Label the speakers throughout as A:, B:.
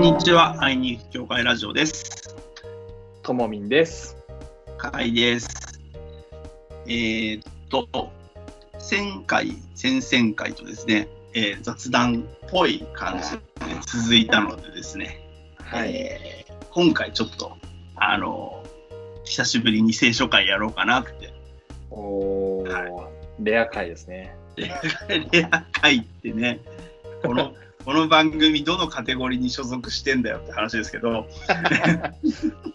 A: にちは、愛に行く教会ラジオです。
B: ともみんです。
A: 会です。えーっと、前回、先々回とですね、えー雑談っぽい感じで続いたのでですね、
B: はい。
A: えー今回ちょっと、あの、久しぶりに聖書会やろうかなって、
B: おお、レア回ですね。
A: レア会ってね、この、この番組どのカテゴリーに所属してんだよって話ですけど、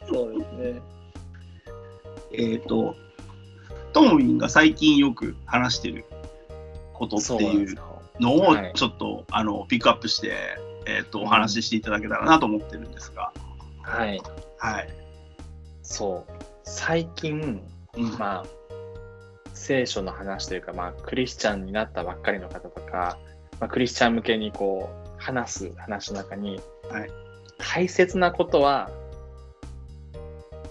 B: そうですね。
A: えっ、と、トモミンが最近よく話してることって
B: そうなん
A: い
B: です
A: う
B: か。
A: のを
B: はい
A: ちょっと、あのピックアップして、えー、とお話ししていただけたらなと思ってるんですが、
B: はい。
A: はい。
B: そう。最近、
A: うん
B: まあ、聖書の話というか、まあ、クリスチャンになったばっかりの方とか、まあ、クリスチャン向けにこう、話す話の中に、
A: はい
B: 大切なことは、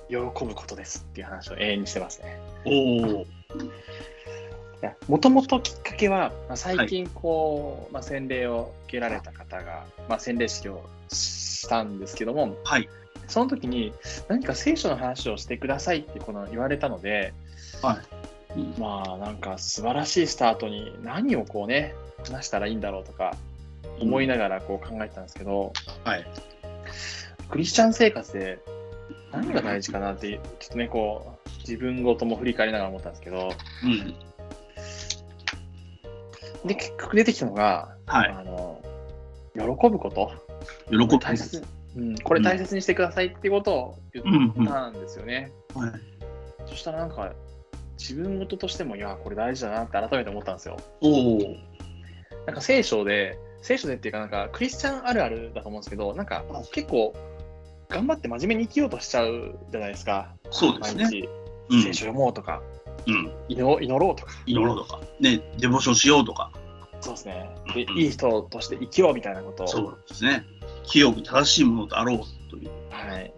B: 喜ぶことですっていう話を永遠にしてますね。
A: おお、
B: もともときっかけは、まあ、最近こう、まあ、洗礼を受けられた方が、まあ、洗礼式をしたんですけども、
A: はい
B: その時に何か聖書の話をしてくださいってこの言われたので、
A: は
B: まあなんか素晴らしいスタートに何をこうね話したらいいんだろうとか思いながらこう考えてたんですけど、
A: はい
B: クリスチャン生活で何が大事かなってちょっとねこう自分ごとも振り返りながら思ったんですけど
A: うん、
B: で結局出てきたのが
A: はい、
B: あの喜ぶこと
A: 喜ぶ。
B: 大切、うん、これ大切にしてくださいってことを言ったんですよね、
A: はい
B: そしたらなんか自分事としてもいやこれ大事だなって改めて思ったんですよ
A: おお、
B: なんか聖書で聖書でっていうかなんかクリスチャンあるあるだと思うんですけどなんか結構頑張って真面目に生きようとしちゃうじゃないですか
A: そうです
B: 毎
A: ね。
B: 日
A: うん
B: 聖書読もうとか、
A: うん、
B: 祈祈ろうとか
A: 祈ろうとか、ね、デボーションしようとか、
B: そうですね
A: う
B: で
A: ん
B: いい人として生きようみたいなことを
A: そうですね。清く正しいものであろうという。
B: はい。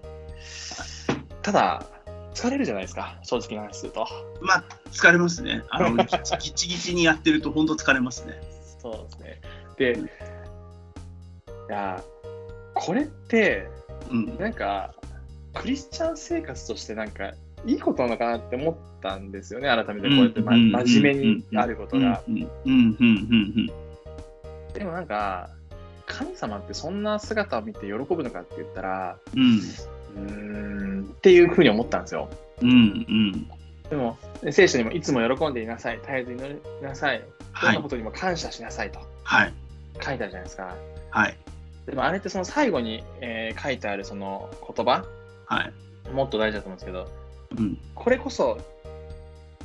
B: ただ、疲れるじゃないですか、正直な話すると。
A: まあ、疲れますね。あ の、ギチギチギチにやってると本当疲れますね。
B: そうですね。で、いや、これって、
A: うん、
B: なんか、クリスチャン生活として、なんか、いいことなのかなって思ったんですよね、改めて、こうやって、ま
A: うん
B: 真面目にあることが。
A: うんうんうんうん
B: でもなんか、神様ってそんな姿を見て喜ぶのかって言ったら、
A: うんうん
B: うーんっていうふうに思ったんですよ。
A: うんうん
B: でも、聖書にもいつも喜んでいなさい、絶えず祈りなさい、ど
A: は
B: んないことにも感謝しなさいと
A: はい
B: 書いてあるじゃないですか。
A: はい
B: でもあれってその最後に、えー書いてあるその言葉、
A: はい
B: もっと大事だと思うんですけど、
A: うん
B: これこそ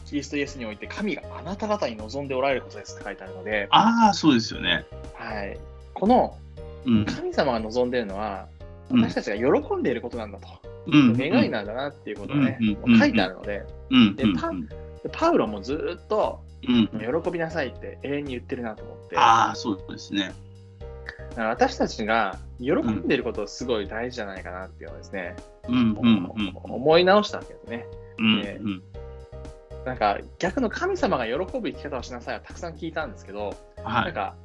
B: キリストイエスにおいて神があなた方に望んでおられることですって書いてあるので、
A: ああそうですよね
B: はい、この
A: うん
B: 神様が望んでいるのは、
A: うん
B: 私たちが喜んでいることなんだと、
A: うん
B: 願いなんだなっていうことがね、
A: うん
B: もう書いてあるので、
A: うん
B: で
A: うん
B: パでパウロもずーっと
A: うん
B: 喜びなさいって永遠に言ってるなと思って。
A: ああそうですね
B: だから私たちが喜んでることすごい大事じゃないかなっていうのをですね、
A: うんうんうん
B: 思い直したんですよね。
A: うんうん
B: なんか逆の神様が喜ぶ生き方をしなさいはたくさん聞いたんですけど、
A: は
B: なん
A: い
B: か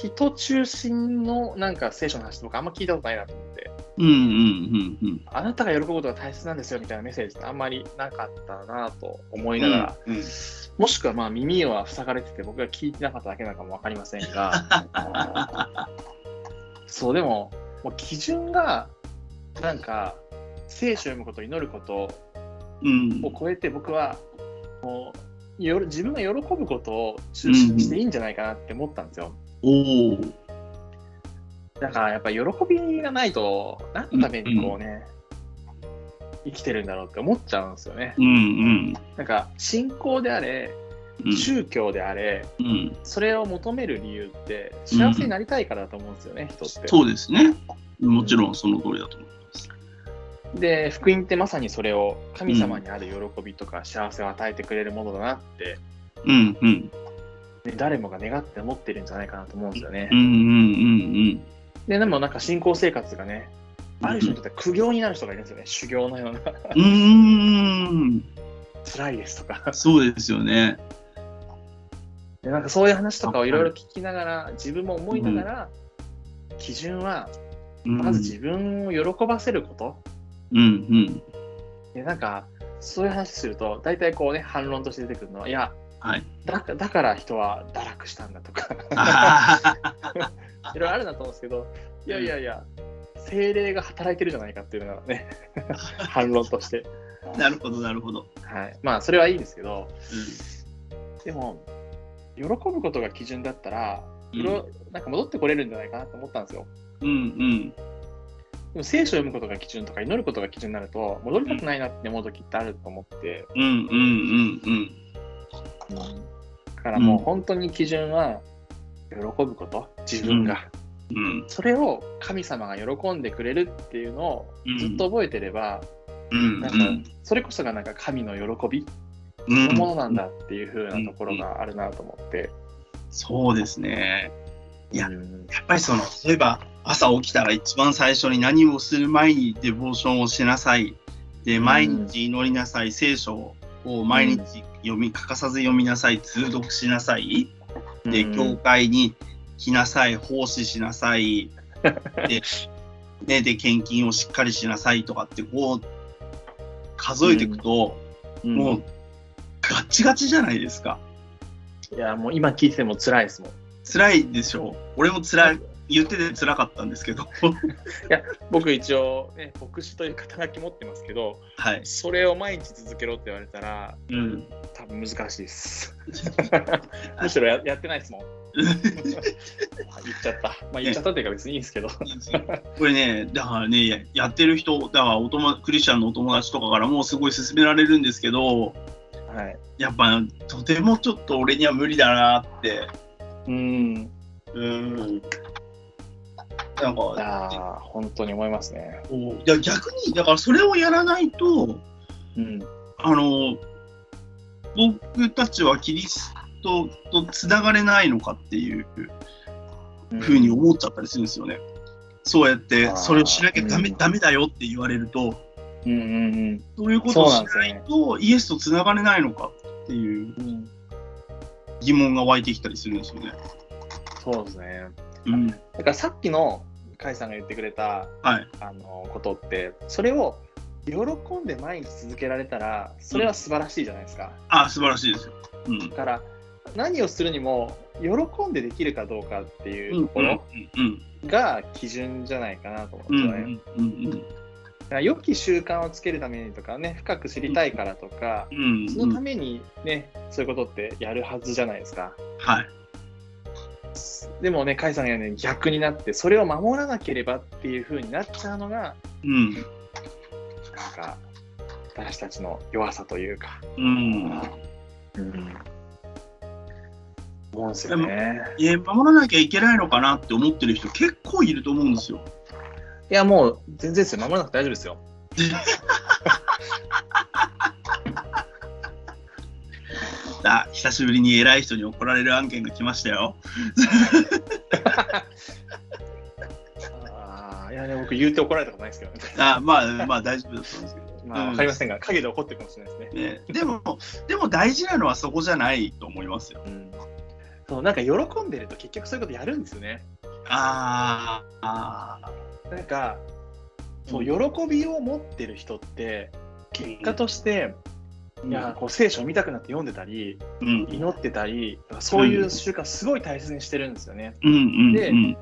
B: 人中心のなんか聖書の話って僕あんま聞いたことないなと思って、
A: うんうんうんうん
B: あなたが喜ぶことが大切なんですよみたいなメッセージってあんまりなかったなと思いながら、
A: うんうん
B: もしくはまあ耳は塞がれてて僕が聞いてなかっただけなのかも分かりませんが。 そうでももう基準がなんか聖書を読むこと祈ること
A: うん
B: を超えて僕はもうよろ自分が喜ぶことを中心にしていいんじゃないかなって思ったんですよ。
A: おお
B: だからやっぱり喜びがないと何のためにこうね、生きてるんだろうって思っちゃうんですよね。
A: うんうん
B: なんか信仰であれ
A: うん
B: 宗教であれ、
A: うん
B: それを求める理由って幸せになりたいからだと思うんですよね、人って。
A: そうですねもちろんその通りだと思います
B: で福音ってまさにそれを神様にある喜びとか幸せを与えてくれるものだなって、
A: うんうん
B: ね誰もが願って思ってるんじゃないかなと思うんですよね
A: うんう。んうん
B: ででもなんか信仰生活がねある人にとっては苦行になる人がいるんですよね修行のような
A: うんうん
B: 辛いですと か
A: そうですよね
B: でなんかそういう話とかをいろいろ聞きながら自分も思いながら、基準は
A: うん
B: まず自分を喜ばせること、
A: うんうん。
B: でなんかそういう話すると大体こうね反論として出てくるのはいや
A: はい。
B: だかだから人は堕落したんだとか
A: あー
B: いろいろあるなと思うんですけどいやいやいや精霊が働いてるじゃないかっていうのが ね反論として、
A: なるほど、なるほど。
B: はい、まあそれはいいんですけど
A: う
B: でも喜ぶことが基準だったら
A: ん
B: いろなんか戻ってこれるんじゃないかなと思ったんですよ
A: うんうん
B: でも聖書を読むことが基準とか祈ることが基準になると戻りたくないなって思う時ってあると思って、
A: うんうんうんうん
B: だからもう本当に基準は喜ぶこと自分が、
A: うん
B: それを神様が喜んでくれるっていうのを
A: うん
B: ずっと覚えてれば、
A: うん
B: なんかそれこそがなんか神の喜び
A: うん
B: のものなんだっていう風なところがあるなと思って、
A: そうですねいや
B: うん
A: やっぱりその例えば朝起きたら一番最初に何をする前にデボーションをしなさいで毎日祈りなさい、聖書を毎日読み欠かさず読みなさい通読しなさいで
B: うん
A: 教会に来なさい奉仕しなさ いで,、ね、で献金をしっかりしなさいとかってこう数えていくと、
B: うん
A: もうガッチガチじゃないですか
B: いやもう今聞いてても辛いですもん
A: 辛いでしょう俺も辛い言ってて辛かったんですけど
B: 僕一応、ね、牧師という肩書き持ってますけど
A: はい、
B: それを毎日続けろって言われたら
A: うん、
B: 多分難しいです むしろややってないですもん言っちゃったまあ言っちゃったっていうか別にいいんですけど
A: これね、だからね、ややってる人、だからおともクリスチャンのお友達とかからもすごい勧められるんですけど、
B: はい
A: やっぱとてもちょっと俺には無理だなって、
B: うん
A: うん、なん
B: い
A: か、
B: やー本当に思いますね
A: こういや逆に、だからそれをやらないと、
B: うん
A: あの、僕たちはキリストとつながれないのかっていうふうに思っちゃったりするんですよね。そうやって
B: あ、ー
A: それをしなきゃダメ,、
B: うん
A: ダメだよって言われると、
B: うんうん
A: そういうこと
B: そ
A: を
B: う
A: し
B: な
A: な
B: んですよね
A: いと、イエスとつながれないのかっていう
B: うん、うん、
A: 疑問が湧いてきたりするんですよね。
B: そうですね
A: うん、
B: だからさっきの甲斐さんが言ってくれた
A: はい。
B: あのことってそれを喜んで毎日続けられたらそれは素晴らしいじゃないですか、
A: あ、素晴らしいですよ。うん
B: だ。から何をするにも喜んでできるかどうかって
A: う
B: い
A: ん
B: うところ
A: うん
B: が基準じゃないかなと思って
A: うんう
B: ね、
A: んうんうん
B: だから良き習慣をつけるためにとかね深く知りたいからとか、
A: うん
B: そのためにねそういうことってやるはずじゃないですか
A: はい。
B: でもね甲斐さんが言うように逆になってそれを守らなければっていう風になっちゃうのが
A: うん。
B: なんか私たちの弱さというか
A: うん。
B: うん思うんですよね。
A: えー守らなきゃいけないのかなって思ってる人結構いると思うんですよ。
B: いや、もう全然ですよ。守らなくて大丈夫ですよ。
A: あ、久しぶりに偉い人に怒られる案件が来ましたよ。
B: ああ、いやね、僕言うて怒られたことないですけどね。
A: あ、まあまあ大丈夫だったんですけど。
B: まあ、わかりませんが、陰で怒ってるかもしれないですね。
A: ね、でも、でも大事なのはそこじゃないと思いますよ。
B: うん。そう、なんか喜んでると結局そういうことやるんですよね。
A: あーあー。
B: なんか、そう、喜
A: よ
B: びを持ってる人って、
A: 結
B: 結果として、いや、こう聖書を見たくなって読んでたり、
A: うん
B: 祈ってたり、そういう習慣すごい大切にしてるんですよね。
A: うんうん
B: で
A: うん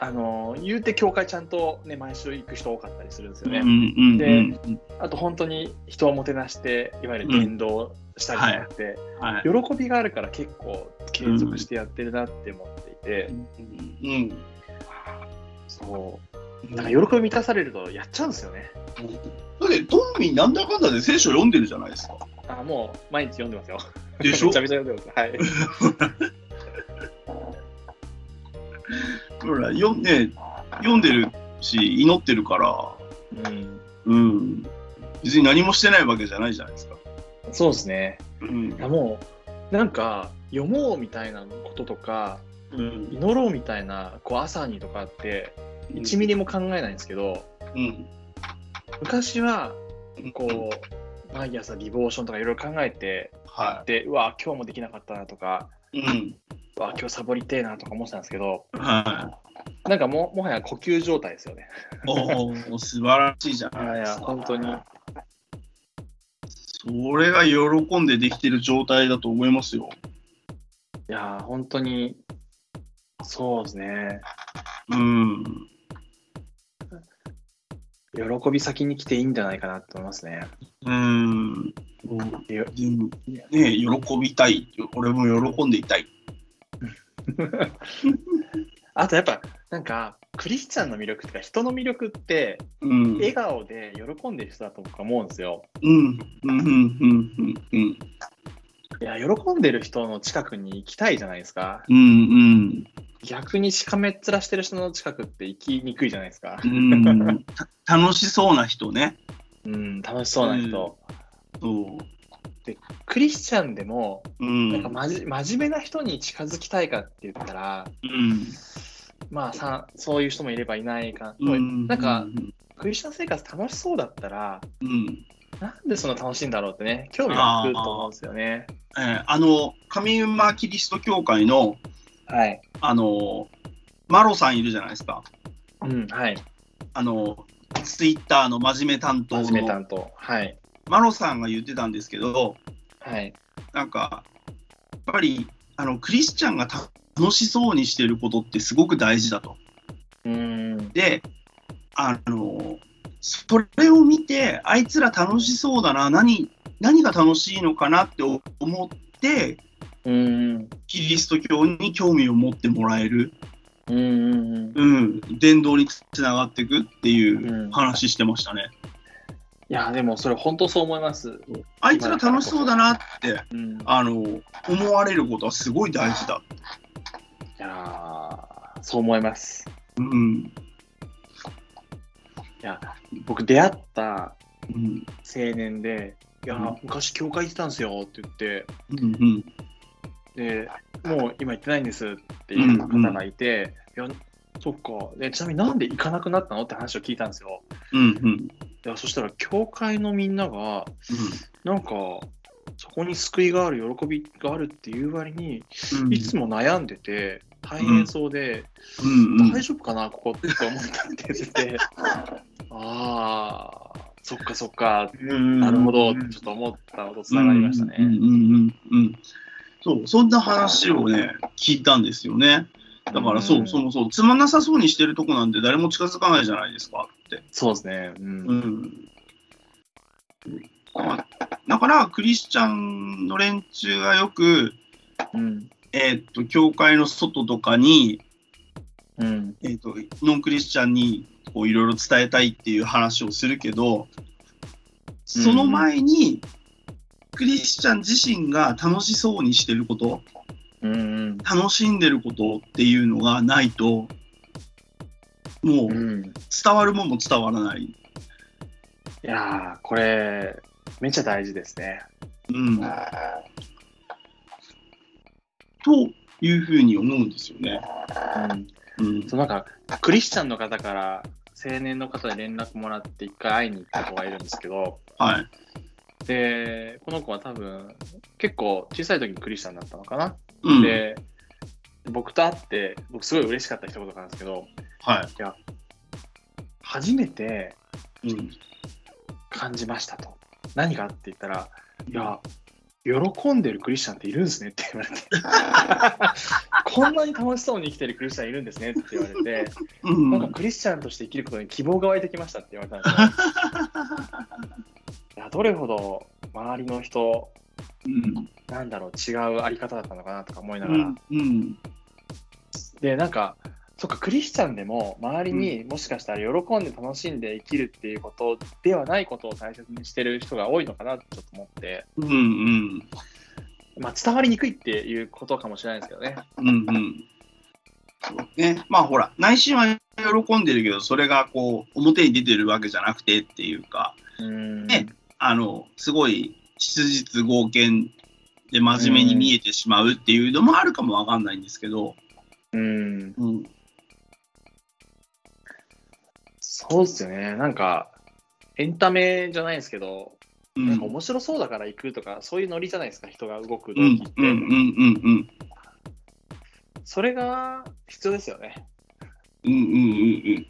B: あの、言うて教会ちゃんとね、毎週行く人多かったりするんですよね。
A: うんうんうん
B: で
A: うん
B: あと本当に人をもてなして、いわゆる伝道したりとかって、
A: はい
B: 喜びがあるから結構継続してやってるなって思っていて、
A: うん
B: そう。
A: うん
B: なんか喜び満たされるとやっちゃうんですよね。
A: だってトンミーなんだかんだで聖書読んでるじゃないですか。
B: あもう毎日読んでますよ。
A: でしょ
B: めちゃめちゃ読んでます。はい。
A: ほら読んで読んでるし祈ってるから、う
B: うん、
A: ん、別に何もしてないわけじゃないじゃないですか。
B: そうですね。
A: うん
B: いやもう、なんか、読もうみたいなこととか、
A: うん
B: 祈ろうみたいな、こう朝にとかって、1ミリも考えないんですけど、
A: うん
B: 昔は、こう、毎朝ディボーションとかいろいろ考えて、
A: は
B: で、うわ、今日もできなかったなとか、
A: い、うん
B: わあ、今日サボりてえなとか思ってたんですけど、
A: は
B: なんかももはや呼吸状態ですよね。
A: い。おお、素晴らしいじゃ
B: い
A: ない
B: やい
A: で
B: や、
A: すか。
B: 本当に。
A: それが喜んでできてる状態だと思いますよ。
B: いやー、本当に、そうですね。
A: うん。
B: 喜び先に来ていいんじゃないかなと思いますね。
A: うん。で
B: よ
A: もね喜びたい。俺も喜んでいたい。
B: あとやっぱ、なんか、クリスチャンの魅力とか、人の魅力って、
A: うん。
B: 笑顔で喜んでる人だと僕は思うんですよ。
A: うん。うん。うん。うん。うん。
B: いや、喜んでる人の近くに行きたいじゃないですか。
A: うん。
B: 逆にしかめっ面してる人の近くって行きにくいじゃないですか。
A: うん。うん。た楽しそうな人ね。
B: うん、楽しそうな人。
A: そ
B: クリスチャンでも、
A: う。う
B: なんか
A: ん。
B: まじ真面目な人に近づきたいかって言ったら、
A: うん。
B: まあさ、そういう人もいればいないか。
A: うん
B: なんか、、クリスチャン生活楽しそうだったら、
A: うん。
B: なんでそんな楽しいんだろうってね、興味がつくと思うんですよね。
A: えーあの、上馬キリスト教会の、
B: はい。
A: あの、マロさんいるじゃないですか。
B: うん、はい。
A: あの、ツイッターの真面目担当
B: 真面目
A: の。
B: 担当。はい。
A: マロさんが言ってたんですけど、
B: はい。
A: なんか、やっぱり、あの、クリスチャンが楽しそうにしてることってすごく大事だと。
B: うーん。
A: で、あの、それを見て、あいつら楽しそうだな、何、何が楽しいのかなって思って、
B: うーん。
A: キリスト教に興味を持ってもらえる。
B: うーん。い
A: うん、伝道につながっていくってい
B: うん
A: う話してましたね。
B: や、でもそれ本当そう思います。
A: あいつら楽しそうだなって
B: うん。い
A: あの思われることはすごい大事だ。
B: やーそう思います。
A: うん
B: いや、僕出会った
A: うん
B: 青年で、いやー、
A: うん
B: 昔教会行ってたんですよって言って、
A: うんうん
B: で、もう今行ってないんですっていう方がいて、いや、そっか、でちなみになんで行かなくなったのって話を聞いたんですよ。
A: うんうん
B: いや、そしたら、教会のみんなが、なんか、そこに救いがある、喜びがあるっていう割に、
A: うん
B: いつも悩んでて、大変そうで、
A: うんうん
B: 大丈夫かな、ここって思ったって言ってて、 ああ、そっかそっか、
A: うん
B: なるほど、
A: う
B: ちょ
A: ん
B: っと思ったのとつながりましたね。
A: うんうんうんうんそうそんな話をね聞いたんですよね。だからそう、
B: うん
A: そもそもつまんなさそうにしてるとこなんて誰も近づかないじゃないですかって。
B: そうですね。うん
A: うんあだから、クリスチャンの連中がよく、
B: うん
A: えーっと、教会の外とかに、
B: うん
A: えーっと、ノンクリスチャンにこういろいろ伝えたいっていう話をするけど、その前に、クリスチャン自身が楽しそうにしてること、
B: うんうん
A: 楽しんでることっていうのがないと、もう
B: うんい
A: 伝わるもんも伝わらない。
B: やーこれめっちゃ大事ですね。
A: うん、というふうに思うんですよね。
B: うん、
A: うん
B: そうなんかクリスチャンの方から青年の方で連絡もらって一回会いに行った子がいるんですけど
A: はい。
B: でこの子は多分結構小さい時にクリスチャンだったのかな。
A: うん、
B: で僕と会って僕すごい嬉しかった一言なんですけど
A: は
B: 初めて
A: い。うん、
B: 感じましたと。何がって言ったら、いや、喜んでるクリスチャンっているんですねって言われて、こんなに楽しそうに生きてるクリスチャンいるんですねって言われて、
A: うん、
B: なんかクリスチャンとして生きることに希望が湧いてきましたって言われたんです よ。いやどれほど周りの人、
A: うん、
B: なんだろう、違うあり方だったのかなとか思いな
A: う
B: がら、
A: ん、うん、
B: で、なんか、そっか、クリスチャンでも周りにもしかしたら喜んで楽しんで生きるっていうことではないことを大切にしてる人が多いのかなってちょっと思って、
A: うん、うん、
B: まあ、伝わりにくいっていうことかもしれないですけどね。
A: うん、うん。そうね、まあほら内心は喜んでるけどそれがこう表に出てるわけじゃなくてっていうか
B: うん
A: ねあのすごい質実剛健で真面目に見えてしまうっていうのもあるかもわかんないんですけど、
B: うん。
A: うん、
B: そうですよね。なんか、エンタメじゃないですけど、
A: う
B: なん
A: ん
B: か面白そうだから行くとか、そういうノリじゃないですか、人が動く
A: うん
B: 時って。
A: うんうんうん
B: それが必要ですよね。
A: うんうんうんうん。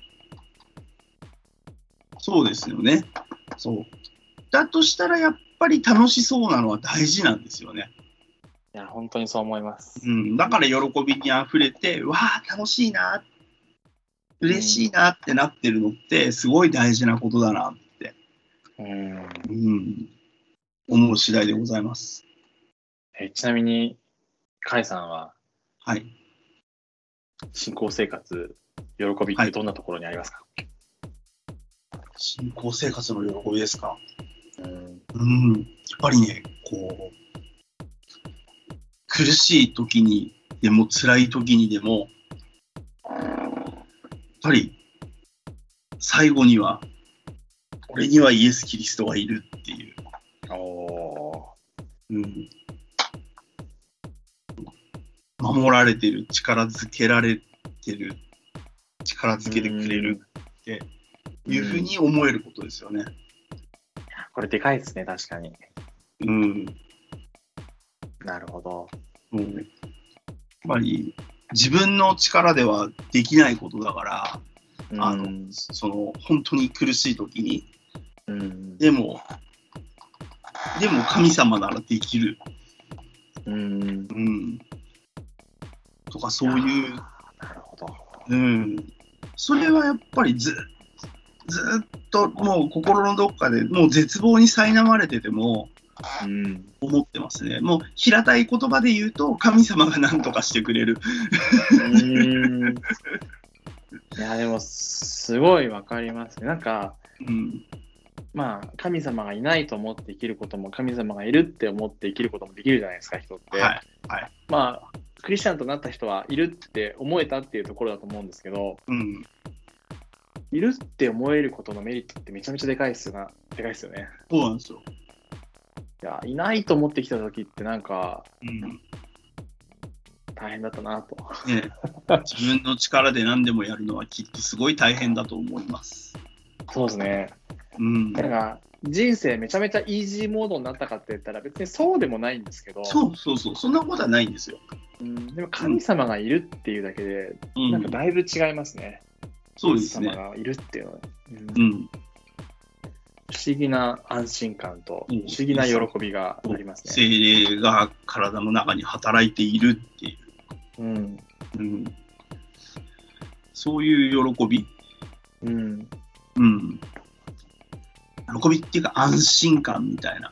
A: そうですよね。そう。だとしたらやっぱり楽しそうなのは大事なんですよね。
B: いや、本当にそう思います。
A: うん、だから喜びにあふれて、わあ、楽しいな、嬉しいなってなってるのって、すごい大事なことだなって、
B: うん
A: うん、思う次第でございます。
B: えちなみに、カイさんは
A: はい。
B: 新興生活、喜びっ
A: は
B: て
A: い
B: どんなところにありますか、
A: 新興生活の喜びですか。
B: うん
A: うん、やっぱりね、こう、苦しい時にでも辛い時にでも、やっぱり最後には、俺にはイエス・キリストがいるっていう。
B: お
A: うん守られてる、力づけられてる、力づけてくれるっていうふうに思えることですよね。
B: これでかいですね、確かに。
A: うん。
B: なるほど。
A: うん、つまり、自分の力ではできないことだから、あの
B: うん
A: その本当に苦しい時に、
B: うん
A: でも、でも神様ならできる、
B: うん
A: うん、とかそういう
B: なるほど。
A: うん、それはやっぱりずずーっともう心のどっかでもう絶望に苛まれてても
B: うん、
A: 思ってますね。もう平たい言葉で言うと神様が何とかしてくれる。
B: うんいや、でも、すごいわかりますね。なんか、
A: うん、
B: まあ、神様がいないと思って生きることも、神様がいるって思って生きることもできるじゃないですか、人って。
A: はい、
B: まあ、クリスチャンとなった人はいるって思えたっていうところだと思うんですけど、
A: うん、
B: いるって思えることのメリットってめちゃめちゃでかいっすよな、でかいっすよね。
A: そうなんですよ。
B: いや、いないと思ってきた時ってなんか
A: うん
B: 大変だったなと。
A: ね、自分の力で何でもやるのはきっとすごい大変だと思います。
B: そうですね。
A: うん、
B: なんか、人生めちゃめちゃイージーモードになったかって言ったら別にそうでもないんですけど、
A: そうそうそう、そんなことはないんですよ。
B: うんでも神様がいるっていうだけで、
A: うん
B: なんかだいぶ違いますね。
A: そうですね
B: 神。様がいるっていうのは、うん
A: うん、
B: 不思議な安心感と不
A: うん
B: 思議な喜びがありますね。
A: 精霊が体の中に働いているっていう。
B: うん
A: うんそういう喜び、
B: うん、
A: うん、喜びっていうか安心感みたいな、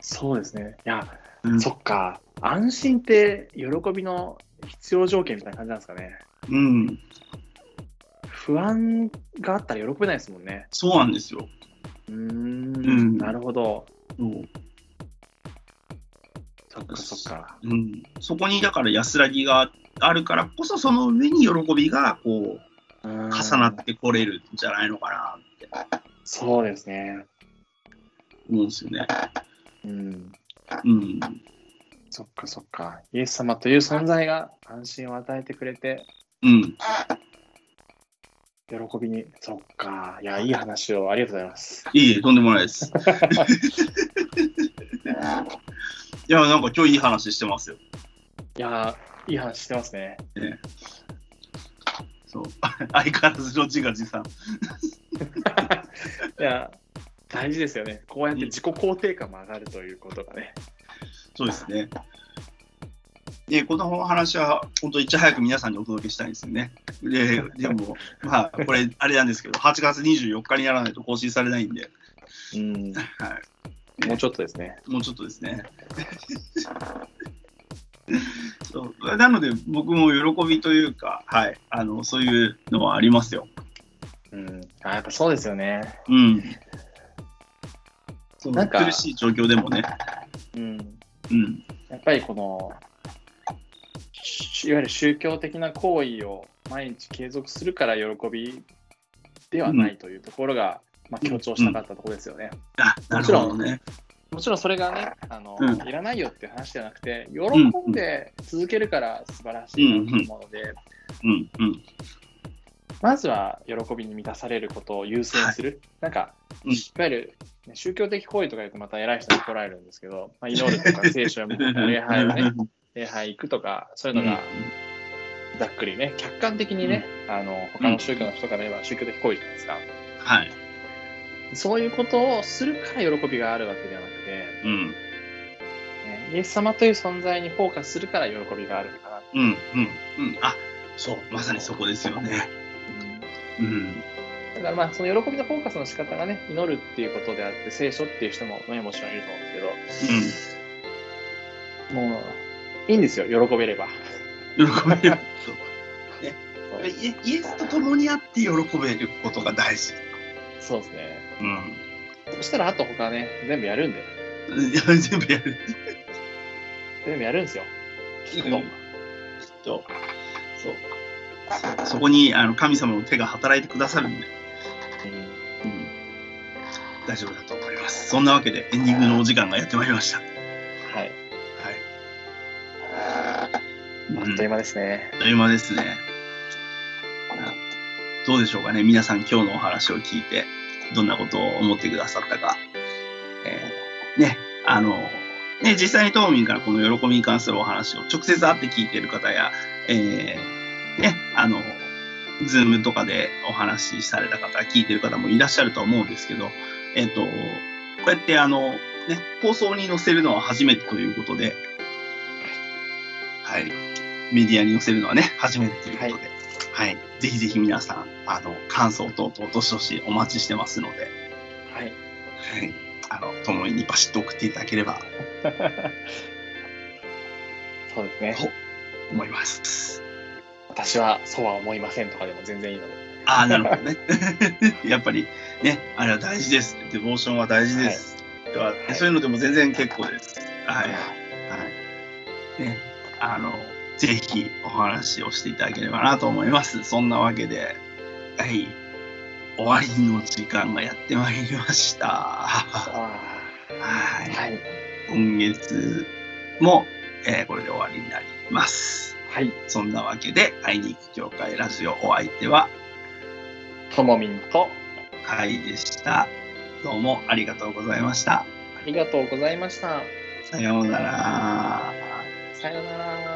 B: そうですね。いや、
A: うん
B: そっか、安心って喜びの必要条件みたいな感じなんですかね。
A: うん、
B: 不安があったら喜べないですもんね。
A: そうなんですよ。
B: うーん、
A: ん
B: なるほど。
A: そう
B: そっかそっか。
A: うん、そこにだから安らぎがあるからこそその上に喜びがこう
B: 重
A: 重なってこれるんじゃないのかなって
B: そうですね。
A: 思うんですよね。
B: うん、
A: うん、
B: そっかそっか。イエス様という存在が安心を与えてくれて、
A: うん、
B: 喜びに。そっか。いや、いい話をありがとうございます。
A: いえいえ、とんでもないです。いや、なんか今日いい話してますよ。
B: いや、いい話してますね。
A: そう相変わらず自画自賛。
B: いや、大事ですよね。こうやって自己肯定感も上がるということがね。
A: そうですね。で、この話は本当、いち早く皆さんにお届けしたいですよね。で、でも、まあ、これ、あれなんですけど、8月24日にやらないと更新されないんで、
B: うん、
A: は
B: もうちょっとですね。
A: い、もうちょっとですね。 そうなので、僕も喜びというか、はい、あのそういうのはありますよ。
B: うん、あやっぱそうですよね。
A: うん。そう
B: なんか
A: 苦しい状況でもね、
B: うん、
A: うん、
B: やっぱりこの、しいわゆる宗教的な行為を毎日継続するから喜びではないというところが、まあ、強調したかったところですよね。
A: あなるほどね。
B: もちろんそれがねあの、
A: うん
B: いらないよっていう話じゃなくて、喜んで続けるから素晴らしいなと思うので、
A: うん、うん、
B: まずは喜びに満たされることを優先する、なんか、
A: うん
B: いわゆるね、宗教的行為とか言うとまた偉い人に怒られるんです けど、まあ、祈るとか聖書や礼拝をね、礼拝行くとか、そういうのがざっくりね、客観的にね、あの他の宗教の人から言えば宗教的行為じゃないですか。
A: はい。
B: そういうことをするから喜びがあるわけではなくて、
A: うん。
B: ね、イエス様という存在にフォーカスするから喜びがあるのかな。
A: うん。うん。うん。あ、そう。まさにそこですよね。うん。
B: だからまあその喜びのフォーカスの仕方がね祈るっていうことであって聖書っていう人もねもちろんいると思うんですけど、もういいんですよ喜べれば。
A: うん。喜べるこ
B: そ
A: と。
B: う
A: イエイエスと共にあって喜べることが大事。
B: そうですね。
A: うん。
B: そしたらあと他ね全部やるんで
A: いや全部やる。
B: 全部やるんですよ。きっと。
A: きっと。そう。そそこにあの神様の手が働いてくださるんで、うん、大丈夫だと思います。そんなわけでエンディングのお時間がやってまいりました。はい。
B: はい。
A: うん
B: あっという間ですね。
A: あっという間ですね。どうでしょうかね、皆さん、今日のお話を聞いて、どんなことを思ってくださったか。えーね、あの、ね、実際にトーミンからこの喜びに関するお話を直接会って聞いてる方や、えーね、あの、ズームとかでお話しされた方、聞いてる方もいらっしゃると思うんですけど、えっ、と、こうやってあの、ね、放送に載せるのは初めてということで、はい、メディアに載せるのはね、初めてということで、はい、ぜひぜひ皆さん、あの、感想等々、どしどしお待ちしてますので、
B: はい。
A: はい、あの、ともにバシッと送っていただければ
B: そうですね。
A: と思います。
B: 私はそうは思いませんとかでも全然いいので。
A: ああ、なるほどね。 やっぱり、ね、あれは大事です。デボーションは大事です。では
B: はい
A: そういうのでも全然結構です。はい。は。
B: はい
A: ね、あの、ぜひお話をしていただければなと思います。そんなわけで、はい。終わりの時間がやってまいりました。は
B: ー
A: い。
B: はい。
A: 今月も、えーこれで終わりになります。
B: はい。
A: そんなわけで、会いに行く教会ラジオお相手は、
B: ともみんと、
A: 会でした。どうもありがとうございました。
B: ありがとうございました。
A: さようなら。
B: さようなら。